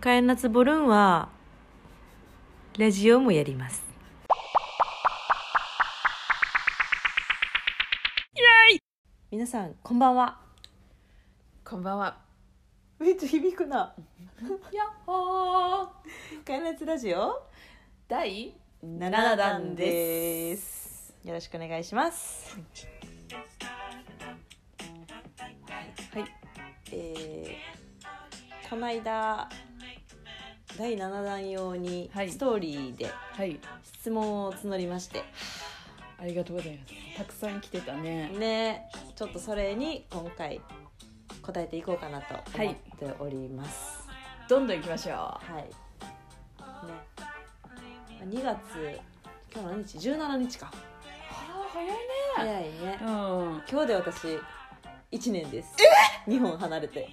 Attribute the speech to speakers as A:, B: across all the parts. A: かえなつぼるんはラジオもやりますイエイ皆さんこんばんは
B: こんばんは。
A: めっちゃ響くな
B: やっほー。
A: かえなつラジオ
B: 第
A: 7
B: 7
A: 弾
B: 弾
A: で
B: です
A: よろしくお願いしますはい、えー、この間第7弾用に
B: はい
A: ストーリーで
B: はい、
A: 質問を募りまして、
B: ありがとうございます。たくさん来てたね。
A: ねちょっとそれに今回答えていこうかなと思っております
B: どんどん行きましょ
A: はい、ね2月今日何日17日か
B: う。あ早いね。
A: 早いね
B: うん。
A: 今日で私1年です日本離れて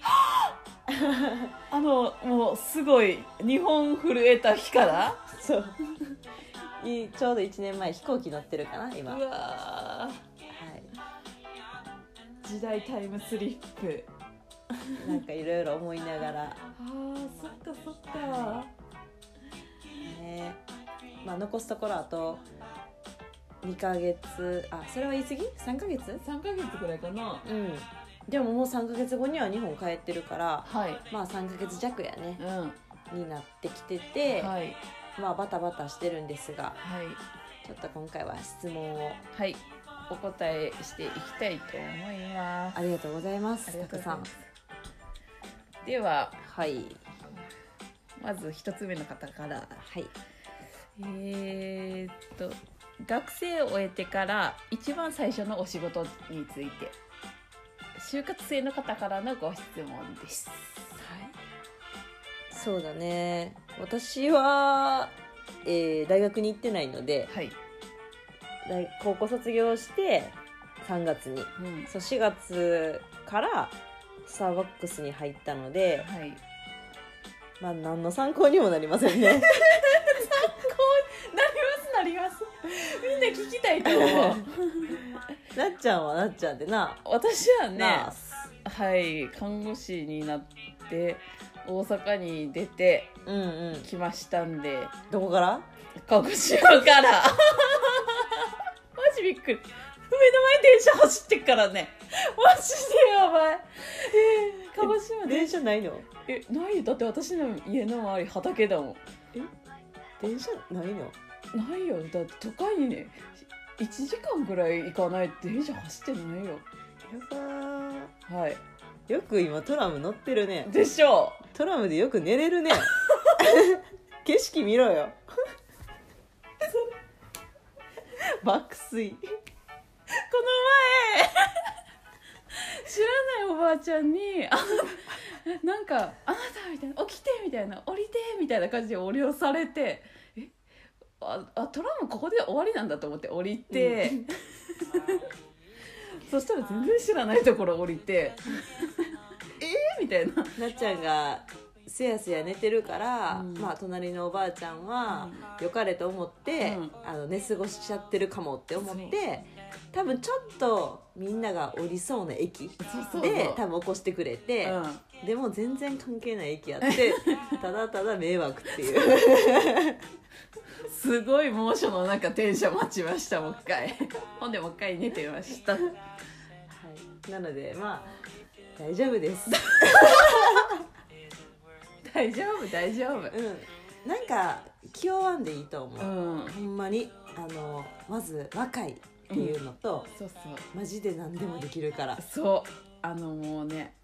B: あの、もうすごい、日本震えた日から。
A: そう いちょうど1年前飛行機乗ってるかな
B: う
A: 今、はい、
B: わー時代タイムスリップ。
A: なんかいろいろ思いながら
B: ああ、そっかそっか。
A: ねまあ残すところあと2ヶ月あそれは言い過ぎ ?3 ヶ月
B: 三ヶ月くらいかな。
A: うんでももう3ヶ月後には日本帰ってるから
B: はい。
A: まあ3ヶ月弱やね
B: うん。
A: になってきてて、
B: はい。
A: まあバタバタしてるんですが
B: はい。
A: ちょっと今回は質問を
B: はい。お答えしていきたいと思います。
A: ありがとうございます
B: ありがとうございます
A: たく
B: では、
A: さんはい
B: まず一つ目の方から。
A: はい
B: えーっと学生を終えてから一番最初のお仕事について就活生の方からのご質問です。
A: そうだね私は、えー大学に行ってないので
B: はい、
A: 大高校卒業して3月に
B: うん、
A: そう4月からスターバックスに入ったので、
B: はい。
A: まあ、何の参考にもなりませんね
B: なりますなります。みんな聞きたいと思う。
A: なっちゃんはなっちゃんでな
B: 私はね
A: なあ、
B: はい、看護師になって大阪に出て
A: うんうん
B: きましたんで、
A: どこから
B: 鹿児島から。 マジびっくり。目の前電車走ってっからね。マジでやばい。えー、鹿児島で。
A: 電車ないの
B: え、ないよ。だって私の家の周り畑だもん。
A: 電車ないの
B: ないよ。だって都会にね、1時間ぐらい行かないと電車走ってないよ。はい。
A: よく今トラム乗ってるね
B: でしょ
A: トラムでよく寝れる ね景色見ろ よ爆睡
B: う。この前、 知らないおばあちゃんに、あなんか「あなた」みたいな「起きて」みたいな「降りて」みたいな感じで降りをされて「えああトラムここで終わりなんだ」と思って降りて、そしたら全然知らないところ降り て「えー、みたいな
A: なっちゃんがすやすや寝てるから、
B: うん
A: まあ隣のおばあちゃんは、良かれと思って、
B: うん
A: あの寝過ごしちゃってるかもって思って多分ちょっとみんなが降りそうな駅
B: そうそうそう
A: で多分起こしてくれて、
B: うん
A: でも全然関係ない駅やって ただただ迷惑っていう
B: すごい猛暑の中電車待ちましたもう一回ほんでもう一回寝てました
A: はいなのでまあ大丈夫 です
B: 大丈夫大丈夫
A: うんなんか気負わんでいいと思う、
B: うん
A: ほんまにあのまず若いっていうのと、
B: そうそう
A: マジで何でもできるから
B: そうあのもうね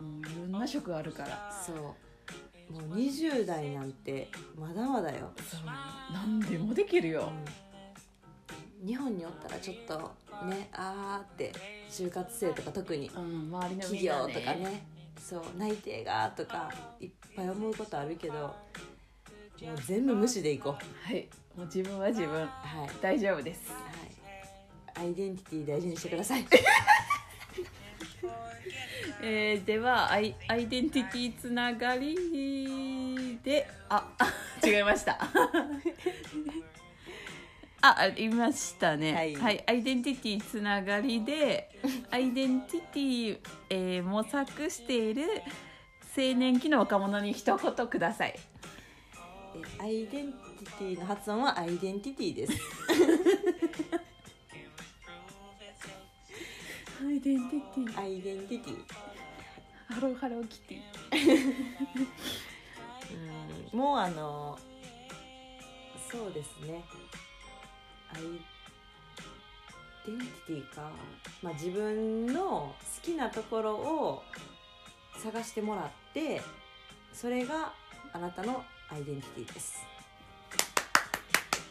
B: もういろんな職あるから
A: そうもう20代なんてまだまだよ、
B: そう何でもできるよ
A: 日本におったらちょっとねあーって就活生とか特に
B: うん、周りのみ
A: 企
B: ん
A: 業
B: な、
A: とかねそう内定がとかいっぱい思うことあるけどもう全部無視でいこう
B: はいもう自分は自分
A: はい、はい、
B: 大丈夫です
A: アイデンティティ大事にしてください
B: えー、ではアイアイデンティティつながりであ 違いました あありましたね
A: はい
B: アイデンティティつながりでアイデンティティ、えー模索している青年期の若者に一言ください
A: えアイデンティティの発音はアイデンティティです
B: アイデンティティ
A: アイデンティティ
B: ハローハローキティ
A: うんもうあのそうですねアイデンティティか、まあ、自分の好きなところを探してもらってそれがあなたのアイデンティティです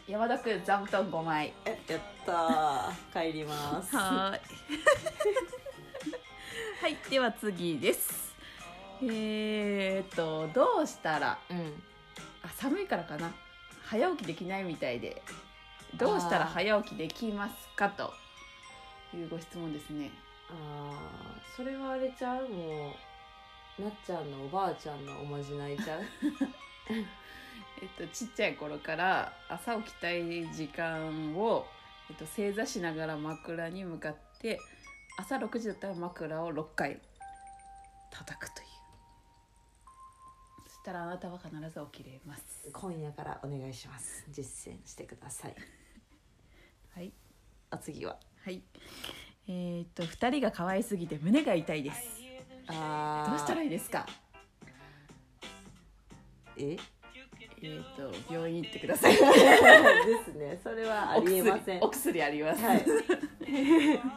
B: 山田君座布団5枚
A: えやったー 帰ります
B: はーいはいでは次ですえー、っとどうしたら
A: うん
B: あ寒いからかな早起きできないみたいでどうしたら早起きできますかというご質問ですね
A: あーそれはあれちゃうもうなっちゃんのおばあちゃんのおまじない ちゃう
B: えっと、ちっちゃい頃から朝起きたい時間を、えっと、正座しながら枕に向かって朝6時だったら枕を6回叩くというそしたらあなたは必ず起きれます
A: 今夜からお願いします実践してください
B: はい
A: あ次は
B: はいえーっと2人が可愛すぎて胸が痛いです
A: あー
B: どうしたらいいですか
A: え
B: えーっと病院行ってくださ い
A: ですねそれはありえません
B: お薬お薬あります、
A: はい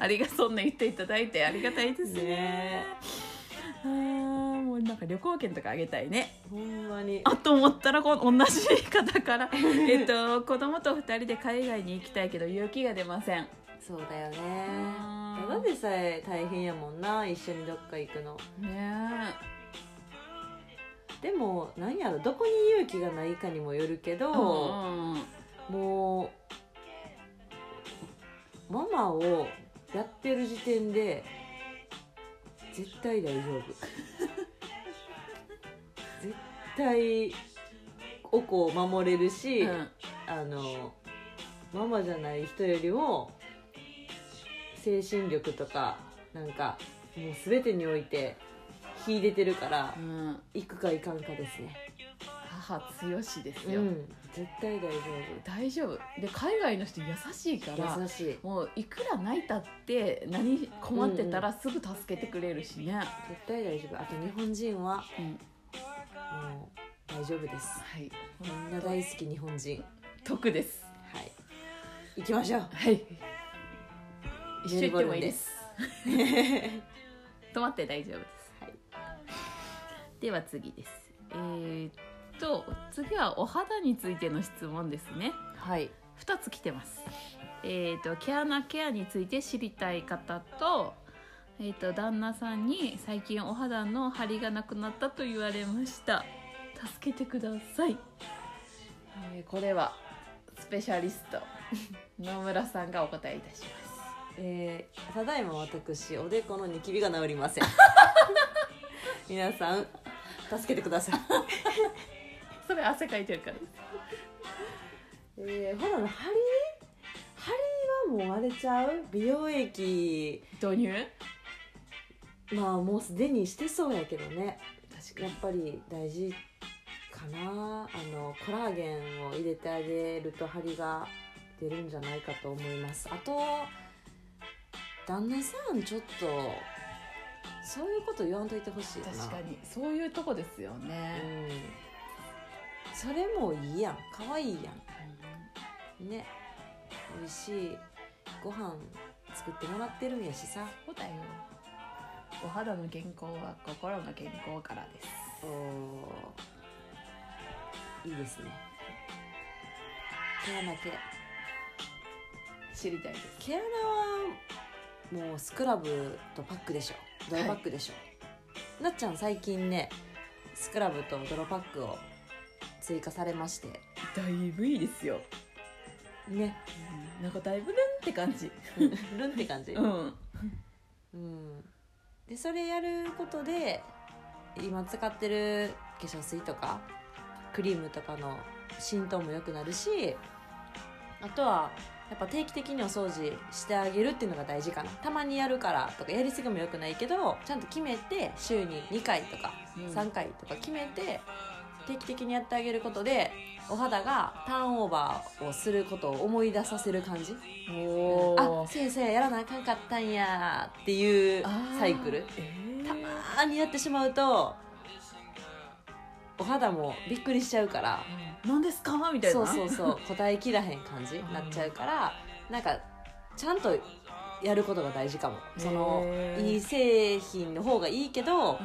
B: ありがそんな言っていただいてありがたいですね
A: ね
B: あーもうなんか旅行券とかあげたいね
A: えほんまに
B: あと思ったらこの同じ方 からえっと子供と2人で海外に行きたいけど勇気が出ません
A: そうだよね
B: うん
A: ただでさえ大変やもんな一緒にどっか行くの
B: ね
A: でもなんやろどこに勇気がないかにもよるけ
B: え
A: ど、
B: うん
A: もうママをやってる時点で絶対大丈夫絶対お子を守れるし、
B: うん
A: あのママじゃない人よりも精神力とかなんかもう全てにおいて秀でてるから
B: うん
A: 行くか行かんかですね、
B: 母強しです
A: う
B: よ、
A: ん、絶対大丈
B: 大丈夫で海外の人優しいから
A: 夫優しい
B: もういくら泣いたって何困ってたらすぐ助けてくれるしね、
A: 絶対大丈夫あと日本人は
B: う
A: も
B: ん
A: う大丈夫です
B: はい
A: みんな大好き日本人
B: 得です
A: はい行きましょう
B: はい一緒
A: メ
B: に
A: ル
B: 行っ
A: ボ
B: て
A: ル
B: もい
A: ン
B: い
A: で
B: です
A: す
B: 止まって大丈夫です
A: はい
B: では次ですえー、っと次はお肌についての質問ですね
A: はい
B: 2つ来てますえー、っと毛穴ケアについて知りたい方とえー、っと旦那さんに最近お肌の張りがなくなったと言われました助けてください、えーこれはスペシャリスト野村さんがお答えいたします
A: えー、ただいま私おでこのニキビが治りませ ん皆さん助けてください、
B: それ汗かいてるから
A: えー、肌のハリハリはもうあれちゃう美容液
B: 導入
A: まあもうすでにしてそうやけどね
B: 確
A: やっぱり大事かなあのコラーゲンを入れてあげると張りが出るんじゃないかと思いますあと旦那さんちょっとそういうこと言わんといてほしいな
B: 確かにそういうとこですよ
A: う
B: ね、
A: ん、それもいいやん可愛いやんね美味しいご飯作ってもらってるんやしさ
B: そうだよお肌の健康は心の健康からです
A: おーいいですね手穴手
B: 知りたいです
A: 毛穴はもうスクラブとパックでしょドロパックでしょ、なっちゃん最近ねスクラブとドロパックを追加されまして
B: だいぶいいですよ、
A: ね
B: なんかだいぶねんって感じ
A: ルンって感じ、
B: うん
A: うんでそれやることで今使ってる化粧水とかクリームとかの浸透も良くなるしあとはやっぱ定期的にお掃除してあげるっていうのが大事かなたまにやるからとかやりすぎもよくないけどちゃんと決めて週に2回とか
B: うん
A: 3回とか決めて定期的にやってあげることでお肌がターンオーバーをすることを思い出させる感じ
B: お
A: あ
B: ー
A: 先生やらなあかんかったんやっていう
B: あー
A: サイクル
B: えー
A: たまーにやってしまうとお肌もびっくりしちゃうから
B: 何ですかみたい
A: そう
B: な
A: そうそう答えきらへん感じになっちゃうから、なんかちゃんとやることが大事かもその
B: へー
A: いい製品の方がいいけど
B: う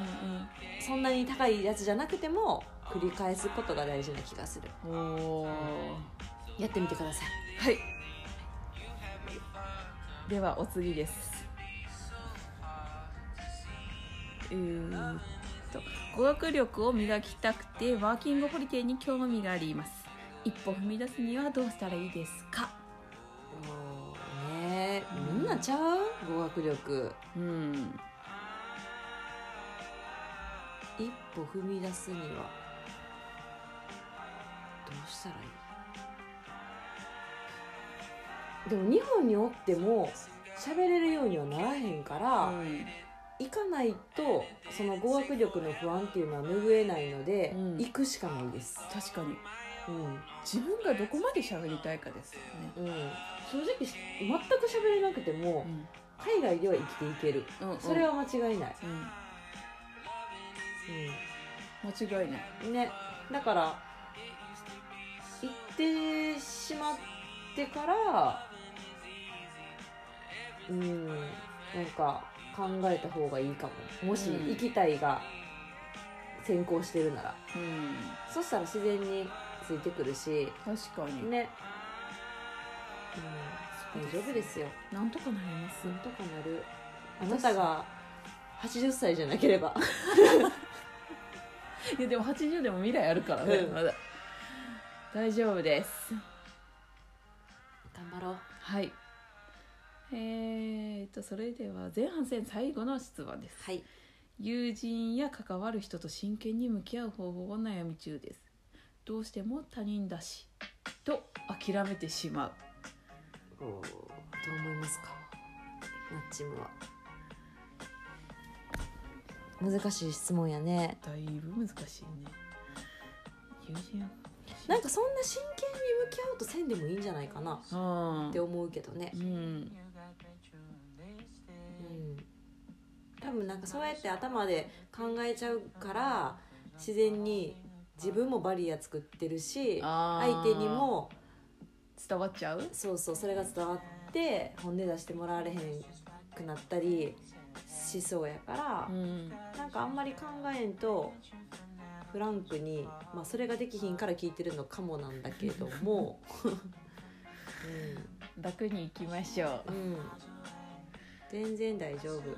A: そんなに高いやつじゃなくても繰り返すことが大事な気がする
B: んうんおー
A: やってみてください
B: はいではお次ですえーっと語学力を磨きたくてワーキングホリデーに興味があります一歩踏み出すにはどうしたらいいですか
A: もうねみんなちゃう語学力
B: うん
A: 一歩踏み出すにはどうしたらいいでも日本におっても喋れるようにはならへんから、行かないとその語学力の不安っていうのは拭えないので、
B: うん
A: 行くしかないです、
B: 確かに
A: う
B: 自分がどこまで喋りたいかですよね、
A: んうん、正直し全く喋れなくても海外では生きていけるそれは間違いない、
B: 間違いない
A: うんねだから行ってしまってからうんなんか考えた方がいいかももし
B: うん
A: 行きたいが先行してるなら、
B: うん
A: そしたら自然についてくるし
B: 確かに、
A: ね、
B: う
A: うん、
B: です
A: 大丈夫ですよ
B: なんとかなります
A: なんとかなるあなたが80歳じゃなければ
B: いやでも80でも未来あるからね、
A: うん
B: まだ大丈夫です
A: 頑張ろう
B: はいえー、とそれでは前半戦最後の質問です
A: はい
B: 友人や関わる人と真剣に向き合う方法を悩み中ですどうしても他人だしと諦めてしまう
A: どう思いますかナッチムは難しい質問やね
B: だいぶ難しいね友人
A: なんかそんな真剣に向き合おうとせんでもいいんじゃないかなっ
B: あ
A: て思うけどね
B: うん
A: うん多分なんかそうやって頭で考えちゃうから自然に自分もバリア作ってるし相
B: 相
A: 手にも
B: 伝わっちゃう
A: そうそうそれが伝わって本音出してもらわれへんくなったりしそうやから、
B: ん
A: なんかあんまり考えんとフランクに、まあ、それができひんから聞いてるのかもなんだけど も、
B: 楽に行きましょ
A: うんうん、全然大丈夫。
B: う、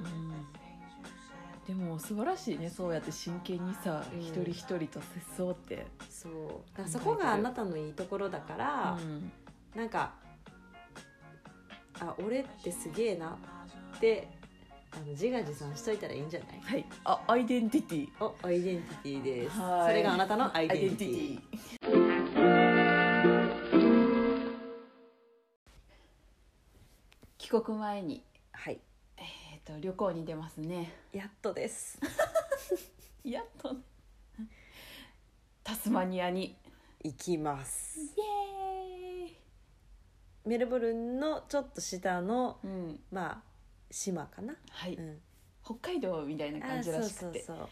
B: でも素晴らしいねそうやって真剣にさ、
A: うん
B: 一人一人と接そうって、
A: そうだからそこがあなたのいいところだから、
B: うん
A: なんかあ俺ってすげえなってあの自画自賛しといたらいいんじゃない
B: はいあアイデンティティ
A: おアイデンティティです
B: はい
A: それがあなたのアイデンティティ
B: 帰国前に、
A: はい
B: えっと旅行に出ますね
A: やっとです
B: やっとねタスマニアに
A: 行きます
B: イエーイ、
A: メルボルンのちょっと下の
B: うん
A: まあ島かな、
B: はい
A: うん、
B: 北海道みたいな感じらしくて
A: あーそうそうそ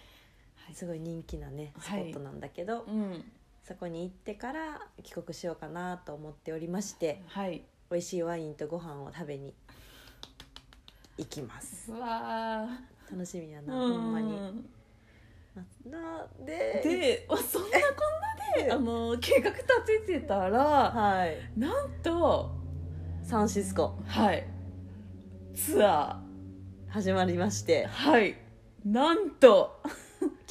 A: う、
B: い
A: すごい人気なねスポ
B: はい
A: ットなんだけど、
B: うん
A: そこに行ってから帰国しようかなと思っておりまして
B: はい
A: 美味しいワインとご飯を食べに行きます
B: うわ
A: 楽しみや
B: ー
A: なほんまに
B: うん
A: なで
B: でまあそんなこんなであの計画立ててたら
A: はい
B: なんと
A: サンシスコ
B: はいツア
A: 始まりまして
B: ーはいなんと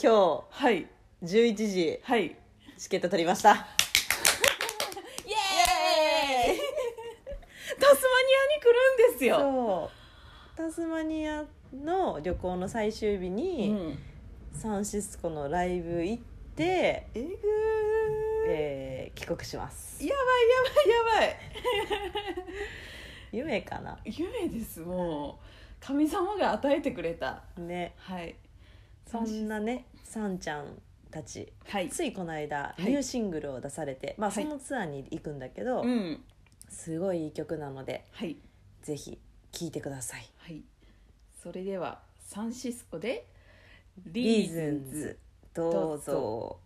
A: 今
B: はい
A: 日11時
B: はいイエ
A: チケット取りました
B: ーイタスマニアに来るんですよ
A: そうタスマニアの旅行の最終日に、
B: うん
A: サンシスコのライブ行ってえぐえー帰国します
C: やばいやばいやばい
A: 夢かな
C: 夢ですもう神様が与えてくれた
A: ね
C: はい
A: そんなねさんちゃんたち
C: はい
A: ついこの間、
C: い
A: ニューシングルを出されて、まあ、
C: は
A: そ
C: い
A: のツアーに行くんだけど、
C: うん
A: すごいいい曲なので
C: はい
A: ぜひ聴いてください
C: はいそれではサンシスコで
A: 「リーズンズ」ど
C: ど
A: う
C: う
A: ぞ
C: ぞ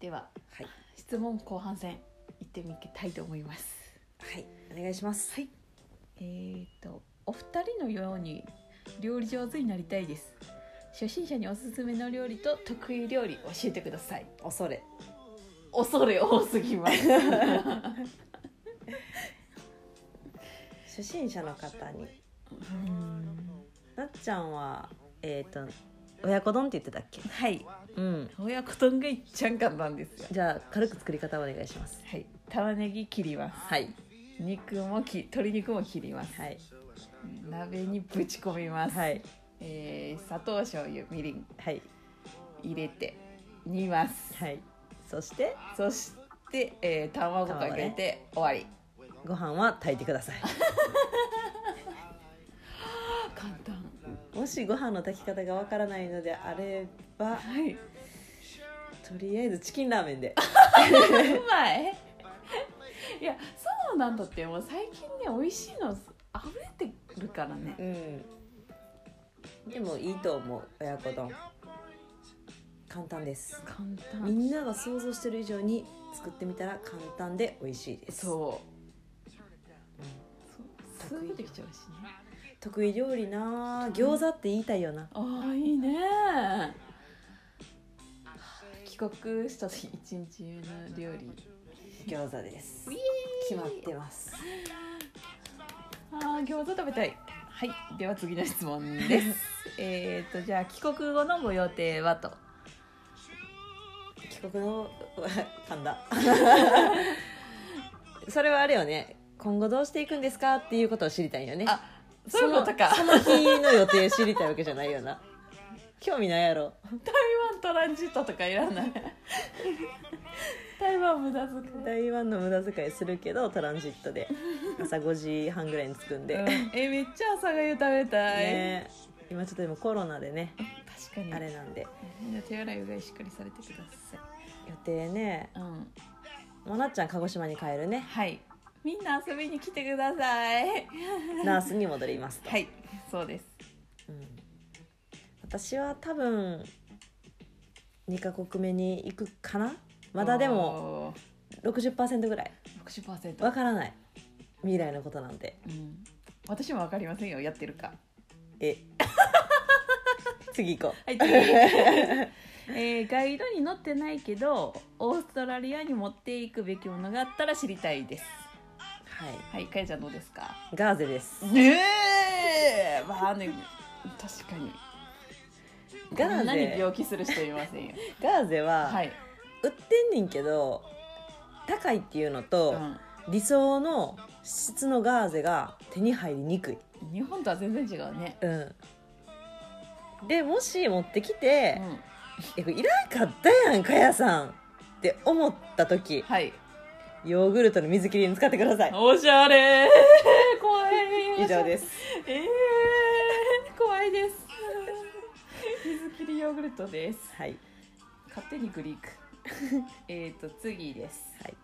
C: では
A: はい、
C: 質問後半戦行ってみたいと思います
A: はい、お願いします
C: はいえー、とお二人のように料理上手になりたいです初心者におすすめの料理と得意料理教えてください
A: 恐れ
C: 恐れ多すぎます
A: 初心者の方になっちゃんはえっ、と親子丼って言ってたっけ
C: はい
A: うん
C: 親子丼がいっちゃんかなんですよ
A: じゃあ軽く作り方お願いします
C: はい玉ねぎ切ります
A: はい
C: 肉もき鶏肉も切ります
A: はい
C: 鍋にぶち込みます、
A: はい
C: えー、砂糖醤油みりん
A: はい
C: 入れて煮ます
A: はいそして
C: そして、えー、卵かけて終わり
A: ご飯は炊いてください
C: 簡単
A: もしご飯の炊き方がわからないのであれば
C: はい
A: とりあえずチキンラーメンで
C: うまい いやそうなんだってもう最近ね美味しいの溢れてくるからね
A: うんでもいいと思う親子丼簡単です
B: 簡
A: み
B: 単
A: んなが想像してる以上に作ってみたら簡単で美味しいです
B: そう
A: うん、
B: そうすぐできちゃうしね
A: 得意料理なあ餃子って言いたいよな
B: ああいいね はあ帰国した時一日目の料理
A: 餃子です
B: ウィー
A: 決まってます
B: あー餃子食べたいはいでは次の質問です えっとじゃあ帰国後のご予定はと
A: 帰国の パンダ それはあれよね今後どうしていくんですかっていうことを知りたいよね
B: あそういうことか
A: そのその日の予定知りたいわけじゃないよな 興味ないや ろ
B: 台湾トランジットとかいらない 台湾無駄遣い
A: 台湾の無駄遣いするけどトランジットで朝5時半ぐらいに着くんで、
B: うん
A: ね
B: えめっちゃ朝がゆ食べたい、
A: え今ちょっとでもコロナでね
B: 確かに
A: あれなんで
B: じゃあ手洗いうがいしっかりされてください
A: 予定ね
B: うん
A: もなっちゃん鹿児島に帰るね
B: はいみんな遊びに来てください
A: ナースに戻りますと、
B: はいそうです
A: うん私は多分2カ国目に行くかなまだでも
B: も
A: 60%ぐらい
B: 60%
A: わからない未来のことなんで
B: うん、私もわかりませんよやってるか
A: え 次行こ
B: はい次、えーガイドに載ってないけどオーストラリアに持っていくべきものがあったら知りたいです
A: うはい
B: はいかえちゃんどうですか
A: ガーゼです
B: ねえまあね確かに
A: ガ
B: こんなに
A: ーゼ
B: 病気する人いませんよ
A: ガーゼは、
B: はい、
A: 売ってんねんけど高いっていうのと、
B: う
A: 理想の質のガーゼが手に入りにくい、
B: ん、日本とは全然違うね
A: うん、でもし持ってきて、
B: うん
A: えこれいらんかったやんかやさんって思った時
B: はい
A: ヨーグルトの水切りに使ってください
B: おしゃれー怖い
A: 以上です
B: ええー、怖いです 水切りヨーグルトです
A: はい
B: 勝手にグリーク えっと次です
A: はい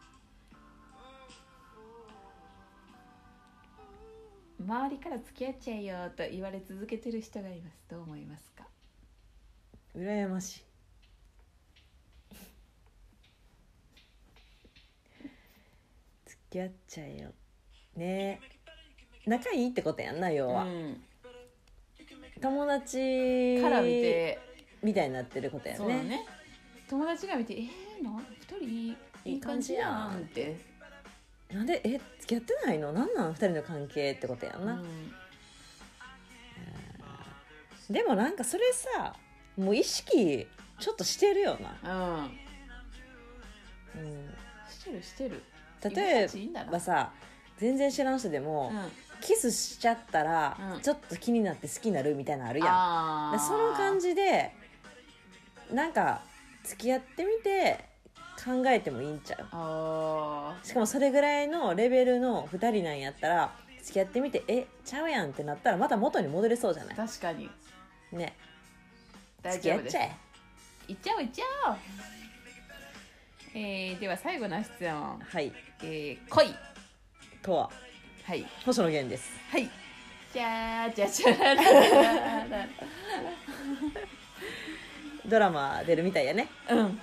B: 周りから付き合っちゃえよと言われ続けてる人がいますどう思いますか
A: 羨ましい付き合っちゃえよねえ仲いいってことやんな要は、
B: ん、
A: 友達
B: から見て、
A: みたいになってることや
B: そうだ
A: ね
B: ね友達が見て「えー、の二人いいいい感じやん」って、
A: なんでえ付き合ってないのなんなん二人の関係ってことやん
B: う
A: な、
B: ん、
A: でもなんかそれさもう意識ちょっとしてるよな、
B: うん、
A: うん、
B: してるしてる
A: 例え
B: ばいいんだな
A: ばさ全然知らん人でも、
B: うん、
A: キスしちゃったら、
B: うん
A: ちょっと気になって好きになるみたいなのあるやん
B: あ
A: だ
B: ー
A: その感じでなんか付き合ってみて考えてもいいんちゃう
B: あ
A: しかもそれぐらいのレベルの2人なんやったら付き合ってみてえちゃうやんってなったらまた元に戻れそうじゃな
B: ー
A: い
B: 確かに
A: ね
B: 大
A: 付き
B: 丈
A: 合
B: 夫
A: っ
B: です
A: ちゃえ
B: いっちゃおういっちゃおう、えー、では最後の質問
A: はい
B: えー、恋
A: とは
B: はい
A: 星野源です
B: はいじゃーじゃじゃじゃじゃ
A: ドラマ出るみたいやね
B: じゃうん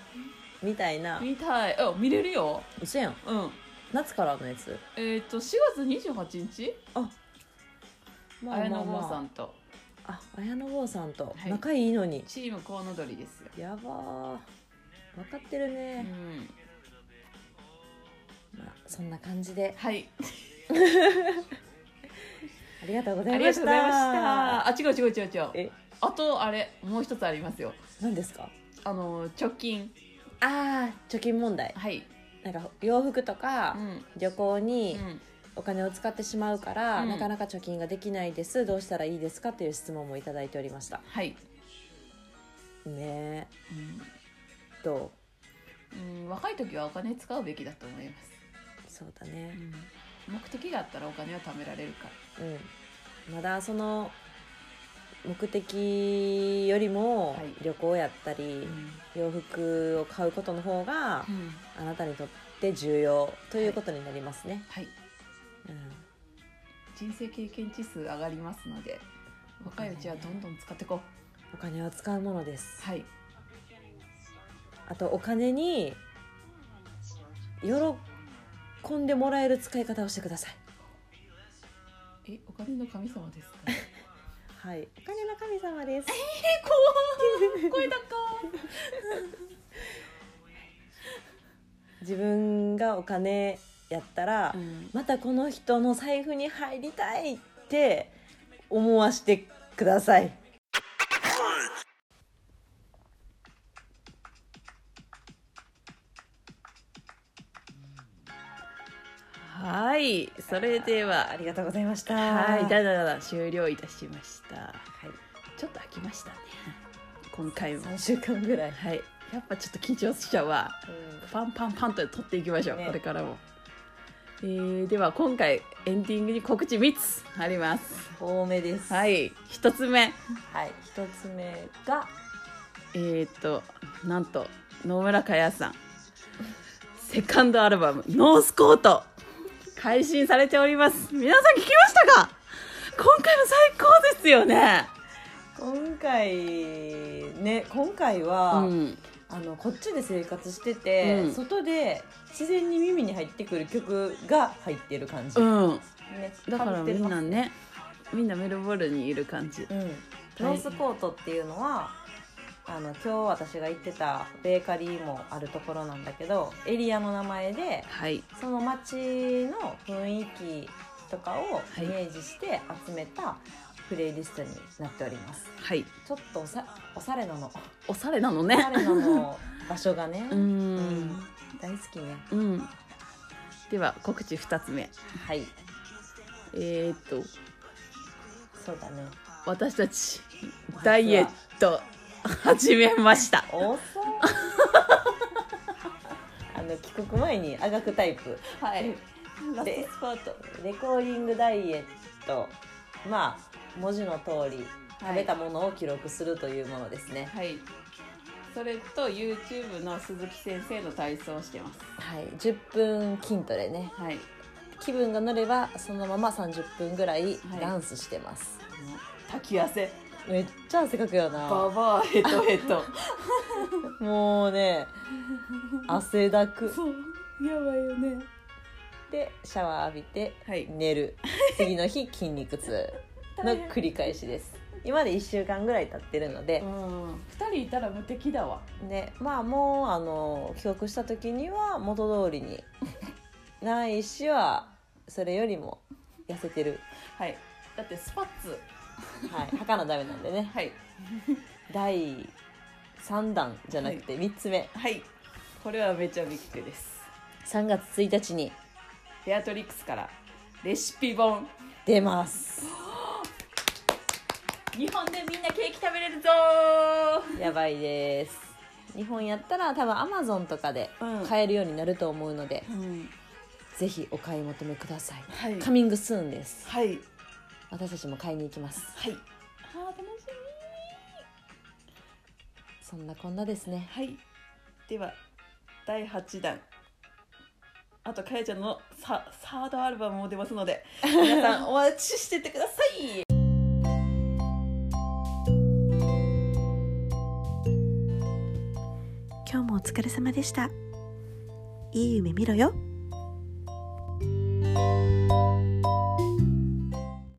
A: みたいな
B: 見たいうん見れるよ
A: 嘘やん
B: うん
A: 夏からのやつ
B: えっ、と4月28日
A: ま
B: 綾野剛さんと
A: あ綾野剛さんと
B: はい
A: 仲いいのに、
B: チームコウノドリですよ、
A: やばー分かってる
B: う
A: ね、
B: ん、
A: まあ、そんな感じで
B: はい
A: ありがとうござ
B: あ
A: い
B: りが
A: ま
B: と
A: し
B: うございま
A: た
B: したあ違う違う違う違う
A: え
B: あとあれもう一つありますよ
A: 何ですか
B: あの貯金
A: ああ貯金問題
B: はい
A: なんか洋服とか、
B: うん
A: 旅行
B: う
A: に
B: ん
A: お金を使ってしまうから、
B: うん
A: なかなか貯金ができないですどうしたらいいですかっていう質問もいただいておりました
B: はい、
A: ねえ
B: うん
A: ど
B: うん、若い時はお金使うべきだと思います、
A: うそうだね
B: 目的があったらお金を貯められるから
A: うんまだその目的よりも
B: はい
A: 旅行やったり、洋服を買うことの方が
B: うん
A: あなたにとって重要ということになりますね、
B: はい
A: うん
B: 人生経験値数上がりますので若いうちはどんどん使っていこう
A: お金は使うものです
B: はい
A: あとお金に喜んでもらえる使い方をしてください
B: えお金の神様ですか
A: はいお金の神様です
B: え怖い声高
A: 自分がお金やったら、
B: うん
A: またこの人の財布に入りたいって思わしてください
B: はいそれで
A: あ
B: は
A: りがとうございました
B: はい
A: だ
B: だ
A: は
B: だだだ終了いたしました
A: い、
B: ちょっと飽きましたね今回も
A: 3週間ぐらい、
B: はいやっぱちょっと緊張しちゃうわパンパンパンと取っていきましょう、
A: ね
B: これからも、えーでは今回エンディングに告知3つあります
A: 多めです
B: はい1つ目
A: はい、一つ目が
B: えー、っとなんと野村佳代さんセカンドアルバム「ノースコート」配信されております皆さん聞きましたか今回も最高ですよね
A: 今回ね今回
B: う
A: は、
B: ん
A: あのこっちで生活してて、
B: うん
A: 外で自然に耳に入ってくる曲が入ってる感じ、
B: うん
A: ね、
B: だから
A: 被
B: み
A: って
B: ん
A: ます
B: なねみんなメルボルンにいる感じ
A: うん、ノースコートっていうのはあの今日私が行ってたベーカリーもあるところなんだけどエリアの名前で
B: はい
A: その街の雰囲気とかを
B: い
A: イメージして集めたプレイリストになっております、
B: はい
A: ちょっとおさおしゃれなの
B: おしゃれなの
A: お
B: ね
A: しゃれなの場所がね、
B: うーん
A: 大好きね
B: うんでは告知2つ目
A: はい
B: えー、っと
A: そうだね
B: 私たちダイエット始めました
A: 多そうあの帰国前にあがくタイプ
B: はい
A: ラストスパートレコーディングダイエットまあ文字の通り食べたものを記録するというものですね
B: はいそれと YouTube の鈴木先生の体操をしてます
A: はい、10分筋トレね
B: はい
A: 気分が乗ればそのまま30分ぐらい
B: はい
A: ダンスしてます、
B: あの滝汗
A: めっちゃ汗かくよ
B: バ
A: な
B: バアヘトヘト
A: もうね汗だく
B: そうやばいよね
A: でシャワー浴びて
B: はい
A: 寝る、次の日筋肉痛 の繰り返しです今で1週間ぐらい経ってるので
B: う、ん2人いたら無敵だわ
A: ねまあもうあの帰国した時には元通りに ないしはそれよりも痩せてる
B: はいだってスパッツ
A: はい儚ダメなんでね
B: はい
A: 第3弾じゃなくて3つ目、
B: はいこれはめちゃびっくりです
A: 3月1日に
B: ベアトリックスからレシピ本
A: 出ます
B: 日本でみんなケーキ食べれるぞ
A: やばいです日本やったら多分アマゾンとかで
B: うん
A: 買えるようになると思うので、
B: うん
A: ぜひお買い求めください
B: はい
A: カミングスーンです
B: はい
A: 私たちも買いに行きます
B: はいあー楽しみ
A: そんなこんなですね
B: はいでは第8弾あとかやちゃんのササードアルバムも出ますので皆さんお待ちしててください
D: 今日もお疲れ様でした。いい夢見ろよ。